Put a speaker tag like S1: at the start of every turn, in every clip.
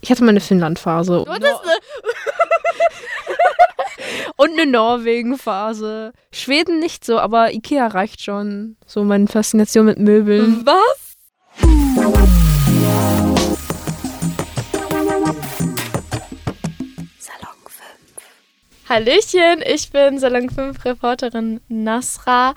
S1: Ich hatte meine Finnland-Phase.
S2: Du hattest eine.
S1: Und eine Norwegen-Phase. Schweden nicht so, aber Ikea reicht schon. So meine Faszination mit Möbeln.
S2: Was?
S3: Salon 5.
S2: Hallöchen, ich bin Salon 5 Reporterin Nasra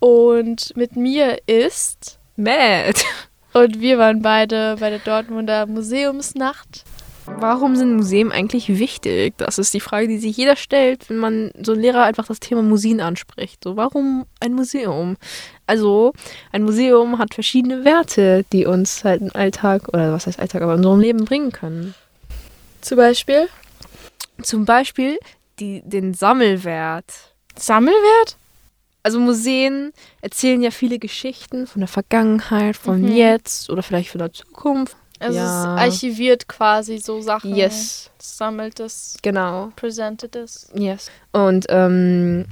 S2: und mit mir ist.
S1: Matt.
S2: Und wir waren beide bei der Dortmunder Museumsnacht.
S1: Warum sind Museen eigentlich wichtig? Das ist die Frage, die sich jeder stellt, wenn man so ein Lehrer einfach das Thema Museen anspricht. So, warum ein Museum? Also, ein Museum hat verschiedene Werte, die uns halt im Alltag, oder was heißt Alltag, aber in unserem Leben bringen können.
S2: Zum Beispiel?
S1: Zum Beispiel die, den Sammelwert.
S2: Sammelwert?
S1: also Museen erzählen ja viele Geschichten von der Vergangenheit, von jetzt oder vielleicht von der Zukunft.
S2: Also
S1: Ja.
S2: es archiviert quasi so Sachen.
S1: Yes,
S2: Es Sammelt es,
S1: genau.
S2: presented es.
S1: Yes. Und ähm,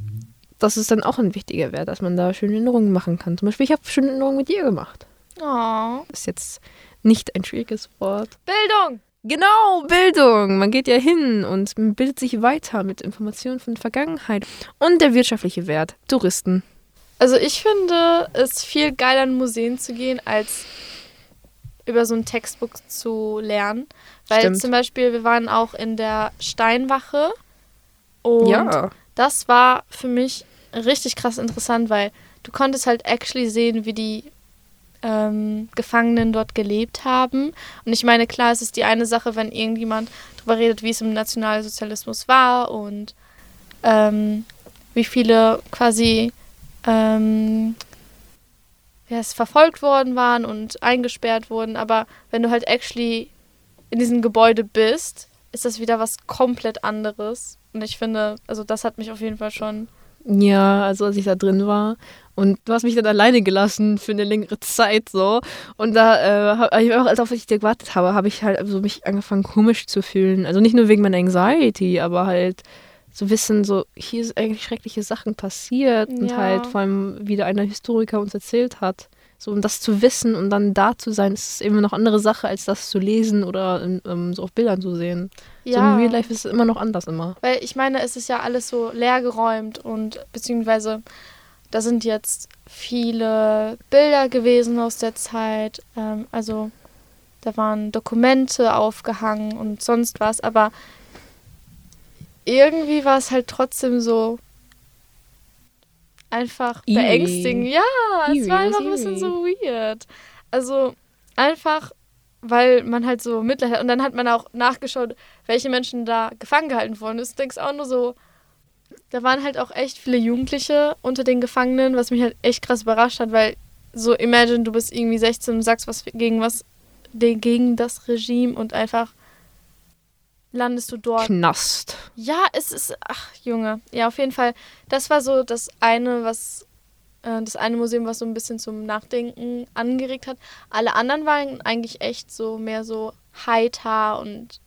S1: das ist dann auch ein wichtiger Wert, dass man da schöne Erinnerungen machen kann. Zum Beispiel, ich habe schöne Erinnerungen mit dir gemacht.
S2: Oh.
S1: Ist jetzt nicht ein schwieriges Wort.
S2: Bildung!
S1: Genau, Bildung. Man geht ja hin und man bildet sich weiter mit Informationen von der Vergangenheit. Und der wirtschaftliche Wert, Touristen.
S2: Also ich finde es viel geiler, in Museen zu gehen, als über so ein Textbook zu lernen. Weil
S1: Stimmt.
S2: zum Beispiel, wir waren auch in der Steinwache und das war für mich richtig krass interessant, weil du konntest halt actually sehen, wie die ähm, Gefangenen dort gelebt haben. Und ich meine, klar, es ist die eine Sache, wenn irgendjemand darüber redet, wie es im Nationalsozialismus war und ähm, wie viele quasi ähm, wie heißt, es, verfolgt worden waren und eingesperrt wurden. Aber wenn du halt actually in diesem Gebäude bist, ist das wieder was komplett anderes. Und ich finde, also das hat mich auf jeden Fall schon.
S1: Ja, also als ich da drin war. Und du hast mich dann alleine gelassen für eine längere Zeit so. Und da, äh, hab, ich auch, als auf ich dir gewartet habe, habe ich halt so mich angefangen komisch zu fühlen. Also nicht nur wegen meiner Anxiety, aber halt so wissen, so hier ist eigentlich schreckliche Sachen passiert und
S2: Ja.
S1: halt vor allem wieder einer Historiker uns erzählt hat. So, um das zu wissen und dann da zu sein, ist immer noch andere Sache, als das zu lesen oder in, ähm, so auf Bildern zu sehen. So
S2: Ja.
S1: im Real Life ist es immer noch anders immer.
S2: Weil ich meine, es ist ja alles so leer geräumt und beziehungsweise da sind jetzt viele Bilder gewesen aus der Zeit. Ähm, also da waren Dokumente aufgehangen und sonst was, aber irgendwie war es halt trotzdem so einfach
S1: Eerie.
S2: beängstigend. Ja, es
S1: Eerie,
S2: war
S1: was
S2: einfach ein bisschen
S1: eerie.
S2: so weird. Also einfach, weil man halt so Mitleid hat. Und dann hat man auch nachgeschaut, welche Menschen da gefangen gehalten wurden. Das denkst auch nur so, da waren halt auch echt viele Jugendliche unter den Gefangenen, was mich halt echt krass überrascht hat, weil so imagine, du bist irgendwie 16 und sagst was gegen was, de- gegen das Regime und einfach landest du dort.
S1: Knast.
S2: Ja, es ist, ach Junge, ja auf jeden Fall, das war so das eine, was, äh, das eine Museum, was so ein bisschen zum Nachdenken angeregt hat. Alle anderen waren eigentlich echt so mehr so heiter und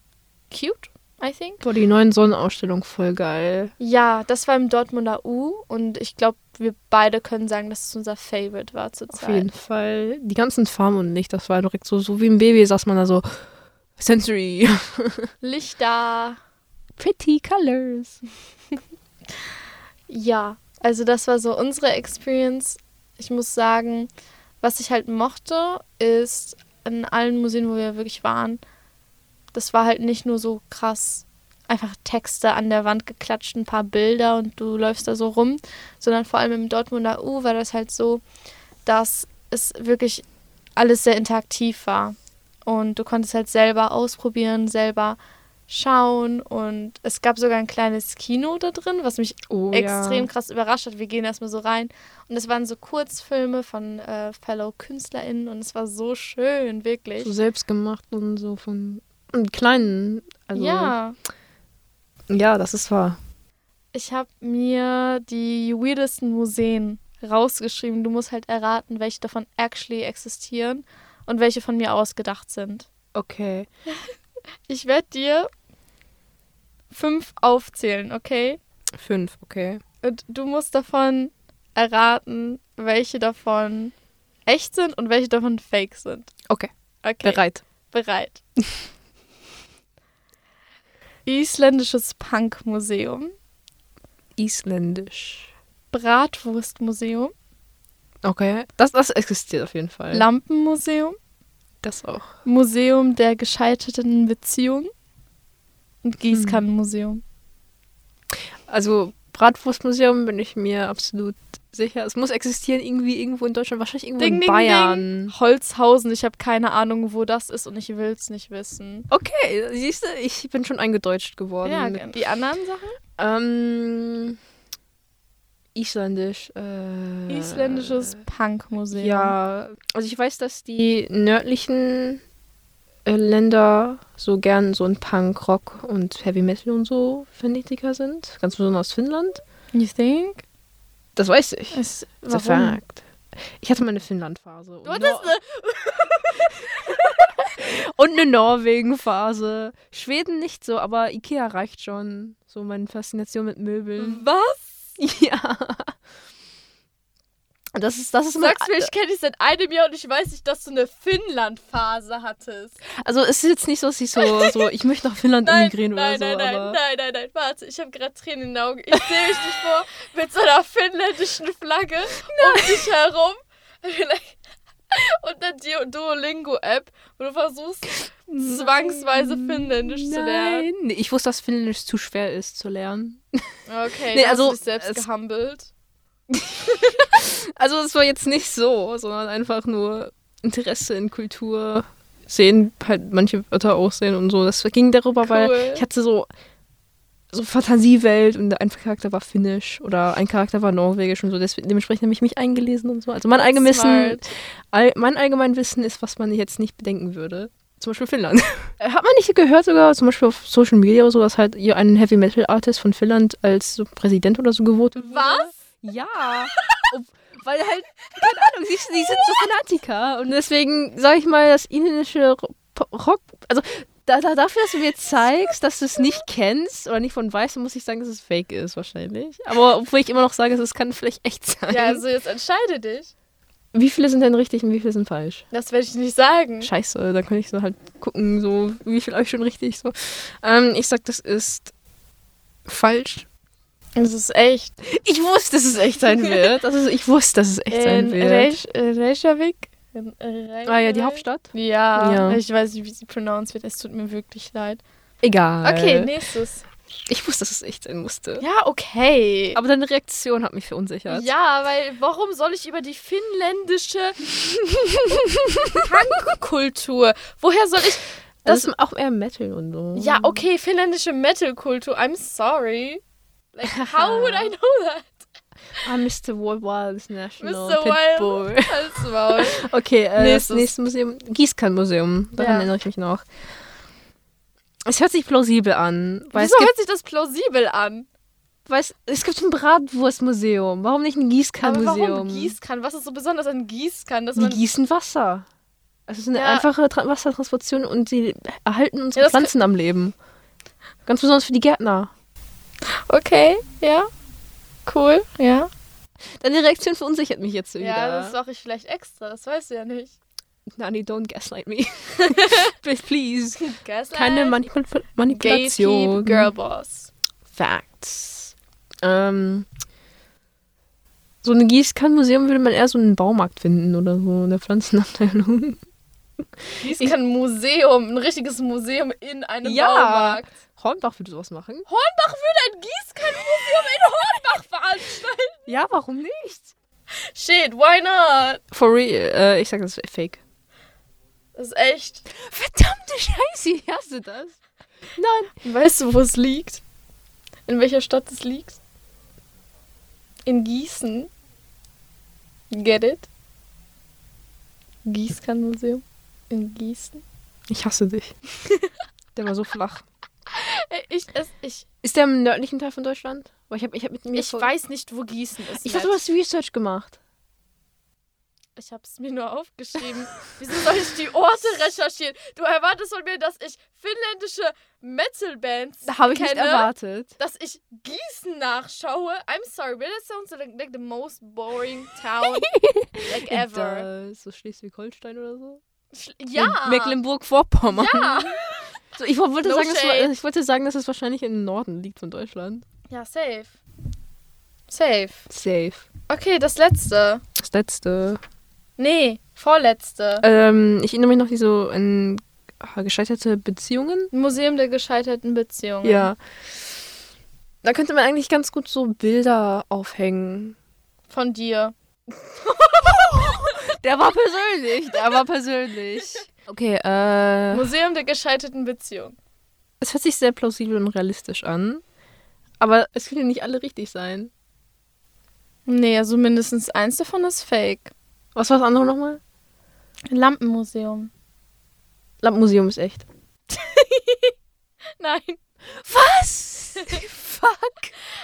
S2: cute, I think.
S1: Boah, die neuen Sonnenausstellung voll geil.
S2: Ja, das war im Dortmunder U und ich glaube, wir beide können sagen, dass es unser Favorite war
S1: Auf
S2: zurzeit.
S1: jeden Fall. Die ganzen Farben und Licht, das war direkt so, so wie ein Baby, saß man da so. Sensory.
S2: Lichter.
S1: Pretty colors.
S2: Ja, also das war so unsere Experience. Ich muss sagen, was ich halt mochte, ist in allen Museen, wo wir wirklich waren, das war halt nicht nur so krass einfach Texte an der Wand geklatscht, ein paar Bilder und du läufst da so rum, sondern vor allem im Dortmunder U war das halt so, dass es wirklich alles sehr interaktiv war und du konntest halt selber ausprobieren, selber schauen und es gab sogar ein kleines Kino da drin, was mich
S1: Oh,
S2: extrem
S1: Ja.
S2: krass überrascht hat. Wir gehen erstmal so rein. Und es waren so Kurzfilme von äh, Fellow KünstlerInnen und es war so schön, wirklich.
S1: So selbst gemacht und so von und kleinen. Also,
S2: ja,
S1: ja, das ist wahr.
S2: ich habe mir die weirdesten Museen rausgeschrieben. Du musst halt erraten, welche davon actually existieren und welche von mir ausgedacht sind.
S1: Okay.
S2: Ich werde dir fünf aufzählen, okay?
S1: Fünf, okay.
S2: Und du musst davon erraten, welche davon echt sind und welche davon fake sind.
S1: Okay.
S2: Okay.
S1: Bereit.
S2: bereit. Isländisches Punkmuseum,
S1: Isländisch.
S2: Bratwurstmuseum,
S1: Okay. Das, das existiert auf jeden Fall.
S2: Lampenmuseum,
S1: das auch.
S2: Museum der gescheiterten Beziehung
S1: Hm.
S2: und Gießkannenmuseum.
S1: Also Bratwurstmuseum bin ich mir absolut sicher. Es muss existieren irgendwie irgendwo in Deutschland, wahrscheinlich irgendwo
S2: Ding,
S1: in
S2: ding,
S1: Bayern.
S2: Holzhausen, ich habe keine Ahnung, wo das ist und ich will es nicht wissen.
S1: Okay, siehst du, ich bin schon eingedeutscht geworden.
S2: Ja, genau.
S1: mit,
S2: die anderen Sachen?
S1: ähm, Isländisch. Äh,
S2: Isländisches Punkmuseum.
S1: Ja, also ich weiß, dass die nördlichen äh, Länder so gern so in Punk, Rock und Heavy Metal und so Fanatiker sind. Ganz besonders aus Finnland.
S2: You think?
S1: Das weiß ich.
S2: Es,
S1: Das ist
S2: Äh, warum?
S1: Fakt. Ich hatte meine Finnland-Phase. und
S2: Du hattest
S1: Nor- Und eine Norwegen-Phase. Schweden nicht so, aber Ikea reicht schon. So meine Faszination mit Möbeln.
S2: Was?
S1: Ja. Das ist, das ist
S2: Du
S1: mein-
S2: sagst mir, ich kenne dich seit einem Jahr und ich weiß nicht, dass du eine Finnland-Phase hattest.
S1: Also es ist jetzt nicht so, dass ich so, so ich möchte nach Finnland
S2: Nein,
S1: emigrieren
S2: nein,
S1: oder so.
S2: nein, nein,
S1: aber
S2: nein, nein, nein, warte, ich habe gerade Tränen in den Augen. Ich sehe mich nicht vor mit so einer finnländischen Flagge um dich herum. Vielleicht- Und der Dio- Duolingo-App, wo du versuchst, zwangsweise Finnländisch zu lernen.
S1: Nein, nee, ich wusste, dass Finnländisch zu schwer ist zu lernen.
S2: Okay,
S1: Nee,
S2: nee,
S1: also,
S2: also, hast du dich selbst
S1: es-
S2: gehumbelt.
S1: Also es war jetzt nicht so, sondern einfach nur Interesse in Kultur sehen, halt manche Wörter auch sehen und so. Das ging darüber,
S2: Cool.
S1: weil ich hatte so so Fantasiewelt und ein Charakter war finnisch oder ein Charakter war norwegisch und so. Deswegen, dementsprechend habe ich mich eingelesen und so. Also mein allgemein,
S2: Smart.
S1: all, mein allgemein Wissen ist, was man jetzt nicht bedenken würde. Zum Beispiel Finnland. Äh, Hat man nicht gehört sogar, zum Beispiel auf Social Media oder so, dass halt hier ein Heavy Metal Artist von Finnland als so Präsident oder so gewotet wurde?
S2: Was?
S1: Ja. Ob, weil halt, keine Ahnung, sie, sie sind so Fanatiker. Und deswegen sage ich mal, das inländische Ro- Po- Rock. Also da, da, dafür, dass du mir zeigst, dass du es nicht kennst oder nicht von weißt, muss ich sagen, dass es fake ist, wahrscheinlich. Aber obwohl ich immer noch sage, es kann vielleicht echt sein.
S2: Ja, also jetzt entscheide dich.
S1: Wie viele sind denn richtig und wie viele sind falsch?
S2: Das werde ich nicht sagen.
S1: Scheiße, da kann ich so halt gucken, so wie viel euch schon richtig so. Ähm, ich sag, das ist falsch.
S2: Das ist echt.
S1: Ich wusste, dass es echt sein wird. Also ich wusste, dass es echt sein
S2: In
S1: wird.
S2: Reykj- äh, Reykjavik? In Reykjavik?
S1: Ah ja, die Hauptstadt.
S2: Ja,
S1: Ja.
S2: ich weiß nicht, wie sie pronounced wird. Es tut mir wirklich leid.
S1: Egal.
S2: Okay, nächstes.
S1: Ich wusste, dass es echt sein musste.
S2: Ja, okay.
S1: Aber deine Reaktion hat mich verunsichert.
S2: ja, weil warum soll ich über die finnländische Punkkultur? Woher soll ich?
S1: das, ist auch eher Metal und so.
S2: Ja, okay, finnländische Metalkultur. I'm sorry. Like, how would I know that?
S1: Ah, Mr. Worldwide National
S2: Mr.
S1: Pitbull.
S2: Wild. Halt's Maul.
S1: Okay, äh,
S2: Nächstes.
S1: das nächste Museum. Gießkannenmuseum. Daran
S2: Ja.
S1: erinnere ich mich noch. Es hört sich plausibel an. Weil es
S2: Wieso
S1: gibt,
S2: hört sich das plausibel an?
S1: weil es, es gibt ein Bratwurstmuseum. Warum nicht ein
S2: Aber
S1: Gießkannenmuseum?
S2: warum Gießkannen? Was ist so besonders an Gießkannen? Dass
S1: Die
S2: man
S1: gießen Wasser. Es ist eine
S2: Ja.
S1: einfache Tra Wassertransportation und sie erhalten unsere
S2: das kann-
S1: Pflanzen am Leben. Ganz besonders für die Gärtner.
S2: Okay, ja. Cool, ja.
S1: Deine Reaktion verunsichert mich jetzt wieder.
S2: Ja, das mache ich vielleicht extra, das weißt du ja nicht.
S1: Nani, don't gaslight me. please, please.
S2: Gaslight.
S1: Keine Manipul Manipulation.
S2: Gatekeep Girlboss.
S1: Facts. Ähm, so ein Gießkannenmuseum würde man eher so einen Baumarkt finden oder so in der Pflanzenabteilung.
S2: Dies kann ein Museum, ein richtiges Museum in einem
S1: Ja.
S2: Baumarkt.
S1: Hornbach würde sowas machen.
S2: Hornbach würde ein Gießkannenmuseum in Hornbach veranstalten.
S1: Ja, warum nicht?
S2: Shit, why not?
S1: For real. Äh, ich sag, das ist fake.
S2: Das ist echt.
S1: Verdammte Scheiße, ich hasse das. Nein.
S2: Weißt du, wo es liegt? In welcher Stadt es liegt? In Gießen. Get it? Gießkannenmuseum in Gießen.
S1: Ich hasse dich. der war so flach.
S2: Ey, Ich, es, ich,
S1: Ist der im nördlichen Teil von Deutschland? Weil ich habe ich hab mit mir
S2: ich
S1: vor-
S2: weiß nicht, wo Gießen ist.
S1: Ich dachte, du
S2: Matt.
S1: hast Research gemacht.
S2: ich habe es mir nur aufgeschrieben. Wieso soll ich die Orte recherchieren? Du erwartest von mir, dass ich finnländische Metal-Bands
S1: Da habe ich
S2: kenne,
S1: nicht erwartet.
S2: dass ich Gießen nachschaue. I'm sorry, but that sounds like, like the most boring town like ever.
S1: so Schleswig-Holstein oder so?
S2: Sch- Ja.
S1: Mecklenburg-Vorpommern.
S2: Ja.
S1: So, ich, wollte
S2: No
S1: sagen, dass,
S2: shade.
S1: ich wollte sagen, dass es wahrscheinlich im Norden liegt von Deutschland.
S2: Ja, safe. Safe.
S1: Safe.
S2: Okay, das letzte.
S1: Das letzte.
S2: Nee, vorletzte.
S1: Ähm, ich erinnere mich noch wie so an ah, gescheiterte Beziehungen.
S2: Museum der gescheiterten Beziehungen.
S1: Ja. Da könnte man eigentlich ganz gut so Bilder aufhängen.
S2: Von dir.
S1: Der war persönlich. Der war persönlich. Okay, äh.
S2: Museum der gescheiterten Beziehung.
S1: Es hört sich sehr plausibel und realistisch an. Aber es können ja nicht alle richtig sein.
S2: Nee, also mindestens eins davon ist fake.
S1: Was war das andere nochmal?
S2: Lampenmuseum.
S1: Lampenmuseum ist echt.
S2: Nein.
S1: Was? Fuck.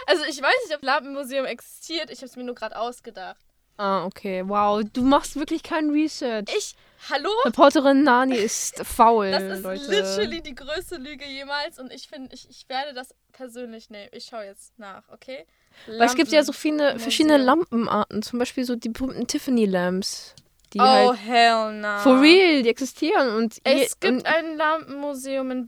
S2: Also ich weiß nicht, ob Lampenmuseum existiert. Ich habe es mir nur gerade ausgedacht.
S1: Ah, okay. Wow, du machst wirklich kein Research.
S2: Ich, hallo?
S1: Reporterin Nani ist faul,
S2: Das ist
S1: Leute.
S2: literally die größte Lüge jemals und ich finde, ich, ich werde das persönlich nehmen. Ich schaue jetzt nach, okay?
S1: Weil es gibt ja so viele verschiedene
S2: Lampenmuseum.
S1: Lampenarten. Zum Beispiel so die berühmten Tiffany Lamps. Die
S2: Oh,
S1: halt
S2: hell no.
S1: for real, die existieren. Und je-
S2: Es gibt
S1: und,
S2: ein Lampenmuseum in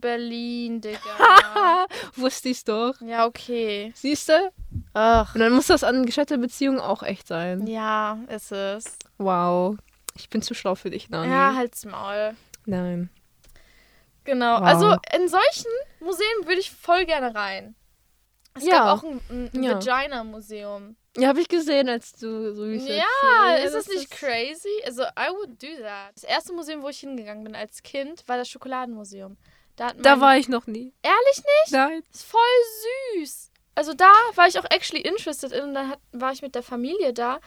S2: Berlin, Digga.
S1: Ah, wusste ich's doch.
S2: ja, okay.
S1: Siehst du?
S2: Ach.
S1: Und dann muss das an gescheiterte Beziehungen auch echt sein.
S2: Ja, ist es.
S1: Wow. Ich bin zu schlau für dich, Nani.
S2: Ja, halt's Maul.
S1: Nein.
S2: Genau.
S1: Wow.
S2: Also in solchen Museen würde ich voll gerne rein. Es
S1: Ja.
S2: gab auch ein, ein ein
S1: Ja.
S2: Vagina-Museum.
S1: Ja, habe ich gesehen, als du so research
S2: Ja, ist das nicht crazy? Also, I would do that. Das erste Museum, wo ich hingegangen bin als Kind, war das Schokoladenmuseum. Da, hat
S1: Da
S2: mein-
S1: war ich noch nie.
S2: Ehrlich nicht?
S1: Nein.
S2: Ist voll süß. Also, da war ich auch actually interested in. Und dann hat, war ich mit der Familie da.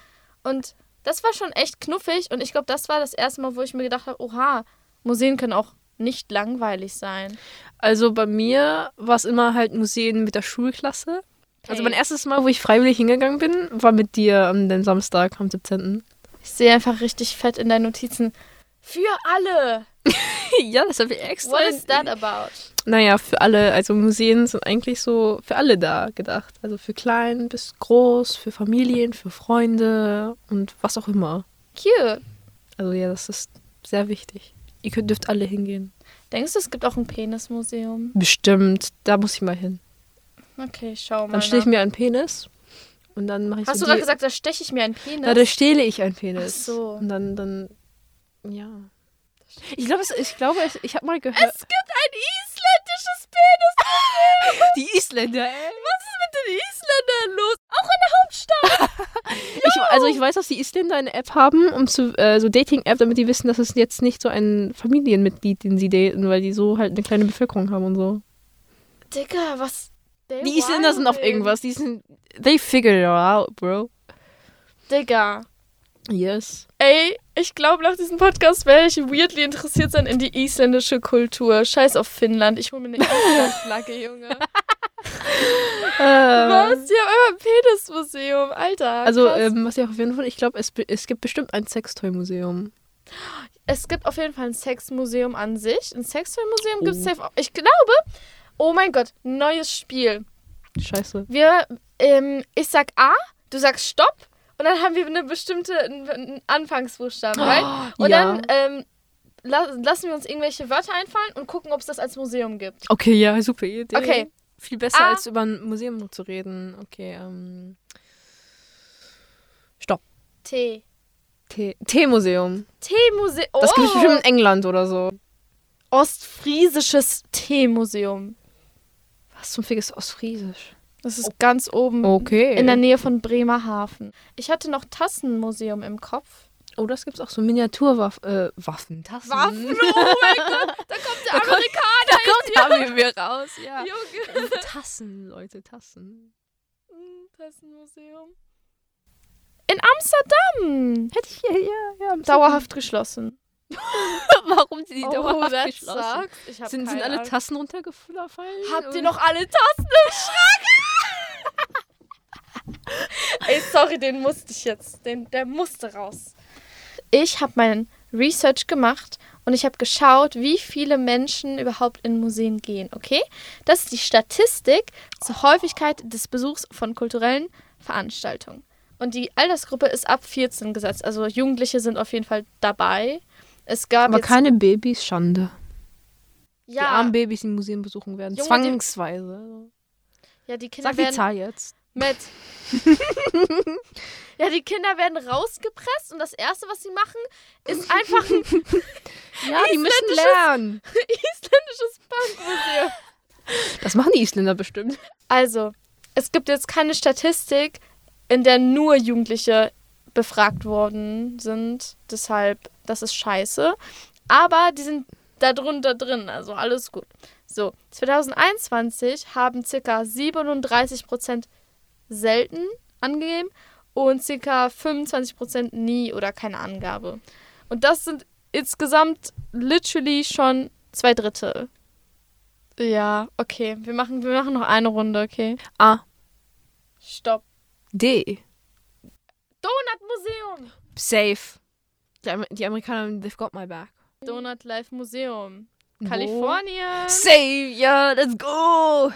S2: Und das war schon echt knuffig. Und ich glaube, das war das erste Mal, wo ich mir gedacht habe: Oha, Museen können auch nicht langweilig sein.
S1: Also bei mir war es immer halt Museen mit der Schulklasse. Also
S2: Okay.
S1: mein erstes Mal, wo ich freiwillig hingegangen bin, war mit dir am dem Samstag am 17.
S2: Ich sehe einfach richtig fett in deinen Notizen. Für alle!
S1: ja, das habe ich extra.
S2: What is that about?
S1: Naja, für alle, also Museen sind eigentlich so für alle da gedacht. Also für klein bis groß, für Familien, für Freunde und was auch immer.
S2: Cute.
S1: Also ja, das ist sehr wichtig. Ihr könnt, dürft alle hingehen.
S2: Denkst du, es gibt auch ein Penismuseum?
S1: Bestimmt, da muss ich mal hin.
S2: Okay, ich schau mal.
S1: Dann stehle ich
S2: nach.
S1: mir einen Penis und dann mache ich
S2: Hast
S1: so
S2: du gerade
S1: die-
S2: gesagt, da steche ich mir einen Penis?
S1: Na, da stehle ich einen Penis.
S2: Ach so.
S1: Und dann, dann, ja. Ich glaube, es, ich glaube, es, ich habe mal gehört.
S2: es gibt ein isländisches Penismuseum!
S1: Die Isländer, ey.
S2: Was ist mit den Isländern los? Auch in der Hauptstadt!
S1: Ich, also ich weiß, dass die Isländer eine App haben, um zu, äh, so Dating-App, damit die wissen, dass es jetzt nicht so ein Familienmitglied, den sie daten, weil die so halt eine kleine Bevölkerung haben und so.
S2: Digga, was? They
S1: Die Isländer sind auf
S2: wildin'.
S1: irgendwas, die sind, they figure it out, bro.
S2: Digga.
S1: Yes.
S2: Ey, ich glaube, nach diesem Podcast werde ich weirdly interessiert sein in die isländische Kultur. Scheiß auf Finnland. Ich hole mir eine Island-Flagge, Junge.
S1: Äh,
S2: Was? Die haben immer ein Penismuseum. Alter.
S1: Also,
S2: krass.
S1: ähm, was ich auf jeden Fall, ich glaube, es, be- es gibt bestimmt ein Sextoy-Museum.
S2: Es gibt auf jeden Fall ein Sexmuseum an sich. Ein Sexmuseum gibt es
S1: Oh.
S2: safe. auch. Ich glaube, oh mein Gott, neues Spiel.
S1: Scheiße.
S2: Wir, ähm, ich sag A, du sagst Stopp und dann haben wir eine bestimmte einen, einen Anfangsbuchstaben, right? Und
S1: ja.
S2: dann ähm, la lassen wir uns irgendwelche Wörter einfallen und gucken, ob es das als Museum gibt.
S1: Okay, ja, super Idee.
S2: Okay.
S1: Viel besser,
S2: Ah.
S1: als über ein Museum zu reden. Okay, ähm. Stopp.
S2: T.
S1: Tee- Teemuseum.
S2: T-Museum. Oh,
S1: Das gibt es bestimmt in England oder so.
S2: Ostfriesisches T-Museum.
S1: Was zum Fick ist Ostfriesisch?
S2: Das ist ganz oben
S1: Okay.
S2: in der Nähe von Bremerhaven. Ich hatte noch Tassenmuseum im Kopopf.
S1: oh, das gibt's auch so Miniaturwaffen. Äh, Waffen, Tassen.
S2: Waffen, oh mein Gott, da kommt der Amerikaner.
S1: Da kommt da haben wir raus, ja.
S2: Junge.
S1: Tassen, Leute, Tassen.
S2: Das ist ein Museum. In Amsterdam.
S1: Hätte ich ja, ja, ja.
S2: Dauerhaft geschlossen.
S1: Warum sind die dauerhaft
S2: that
S1: geschlossen?
S2: sucks. Oh, Ich hab
S1: Sind, sind
S2: keine
S1: alle
S2: Ahnung.
S1: Tassen runtergefallen?
S2: Habt ihr
S1: Und-
S2: noch alle Tassen im Schrank? Ey, sorry, den musste ich jetzt. Den, der musste raus. Ich habe mein Research gemacht und ich habe geschaut, wie viele Menschen überhaupt in Museen gehen, okay? Das ist die Statistik zur Häufigkeit des Besuchs von kulturellen Veranstaltungen. Und die Altersgruppe ist ab 14 gesetzt. Also Jugendliche sind auf jeden Fall dabei. Es gab
S1: Aber
S2: jetzt
S1: keine Babys, Schande. die armen Babys im Museum besuchen werden.
S2: Junge, die-
S1: Zwangsweise.
S2: ja, die Kinder
S1: Sag die
S2: werden
S1: Zahl jetzt.
S2: mit. ja, die Kinder werden rausgepresst und das erste, was sie machen, ist einfach ein
S1: Ja, die müssen lernen.
S2: isländisches Bankmuseum.
S1: Das machen die Isländer bestimmt.
S2: Also, es gibt jetzt keine Statistik, in der nur Jugendliche befragt worden sind. Deshalb, das ist scheiße. Aber die sind darunter drin, also alles gut. So, 2021 haben ca. 37% selten angegeben und ca. 25% nie oder keine Angabe. Und das sind insgesamt literally schon zwei Drittel. Ja, okay. Wir machen, wir machen noch eine Runde, okay?
S1: A.
S2: Stopp.
S1: D.
S2: Donut-Museum.
S1: Safe. Die, Amer die Amerikaner, they've got my back.
S2: Donut Life Museum.
S1: Wo?
S2: Kalifornien.
S1: Save, yeah, let's go.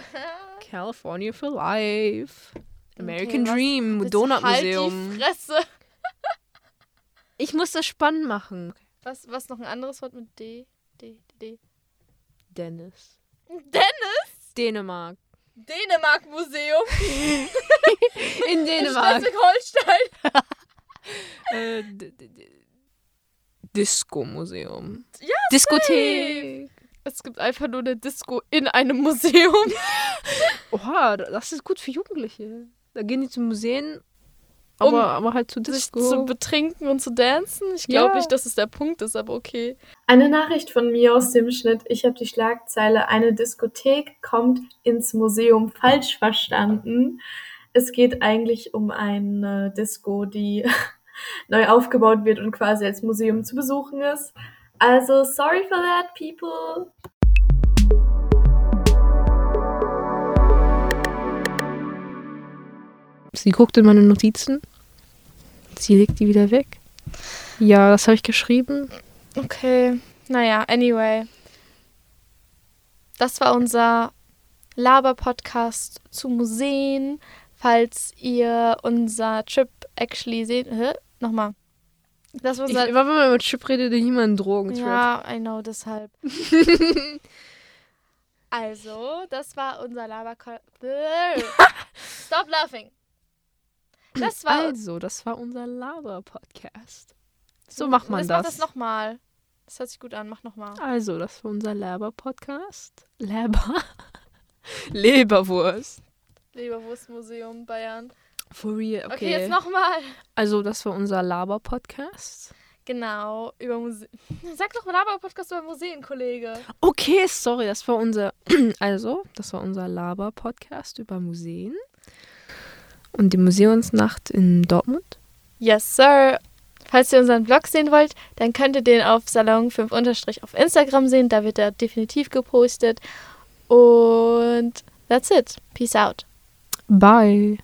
S1: California for life. American
S2: Okay, was-
S1: Dream,
S2: Jetzt
S1: Donut
S2: Halt die
S1: Museum.
S2: Fresse.
S1: Ich muss das spannend machen.
S2: Was, was noch ein anderes Wort mit D? D, D, D.
S1: Dennis.
S2: Dennis.
S1: Dänemark.
S2: Dänemark Museum.
S1: In Dänemark.
S2: Schleswig-Holstein.
S1: äh, D- D- D- Disco Museum. Ja, Diskothek.
S2: Es gibt einfach nur eine Disco in einem Museum.
S1: Oha, da- das ist gut für Jugendliche. Da gehen die zu Museen, aber,
S2: Um
S1: aber halt zu
S2: Sich
S1: Disco.
S2: zu betrinken und zu dancen. Ich glaube
S1: Ja.
S2: nicht, dass es der Punkt ist, aber okay.
S3: Eine Nachricht von mir aus dem Schnitt. Ich habe die Schlagzeile Eine Diskothek kommt ins Museum falsch verstanden. Es geht eigentlich um eine Disco, die neu aufgebaut wird und quasi als Museum zu besuchen ist. Also, sorry for that, people.
S1: Sie guckt in meine Notizen. Sie legt die wieder weg. Ja, das habe ich geschrieben.
S2: Okay, naja, anyway. Das war unser Laber-Podcast zu Museen. Falls ihr unser Trip actually sehen. Hä? Nochmal. Das war
S1: Ich,
S2: unser.
S1: immer wenn man mit Chip redet, denkt niemand Drogen.
S2: ja, I know, deshalb. also, das war unser laber Stop laughing. Das war.
S1: Also, das war unser Laber-Podcast. So macht man
S2: Jetzt
S1: das.
S2: Mach das nochmal. Das hört sich gut an, mach nochmal.
S1: Also, das war unser Laber-Podcast. Laber. Leberwurst.
S2: Leberwurstmuseum Bayern.
S1: For real, okay.
S2: Okay, jetzt nochmal.
S1: Also, das war unser Laber-Podcast.
S2: Genau, über Museen. Sag doch mal Laber-Podcast über Museen, Kollege.
S1: Okay, sorry, das war unser. Also, das war unser Laber-Podcast über Museen. Und die Museumsnacht in Dortmund.
S2: Yes, sir. Falls ihr unseren Blog sehen wollt, dann könnt ihr den auf Salon5- auf Instagram sehen. Da wird er definitiv gepostet. Und that's it. Peace out.
S1: Bye.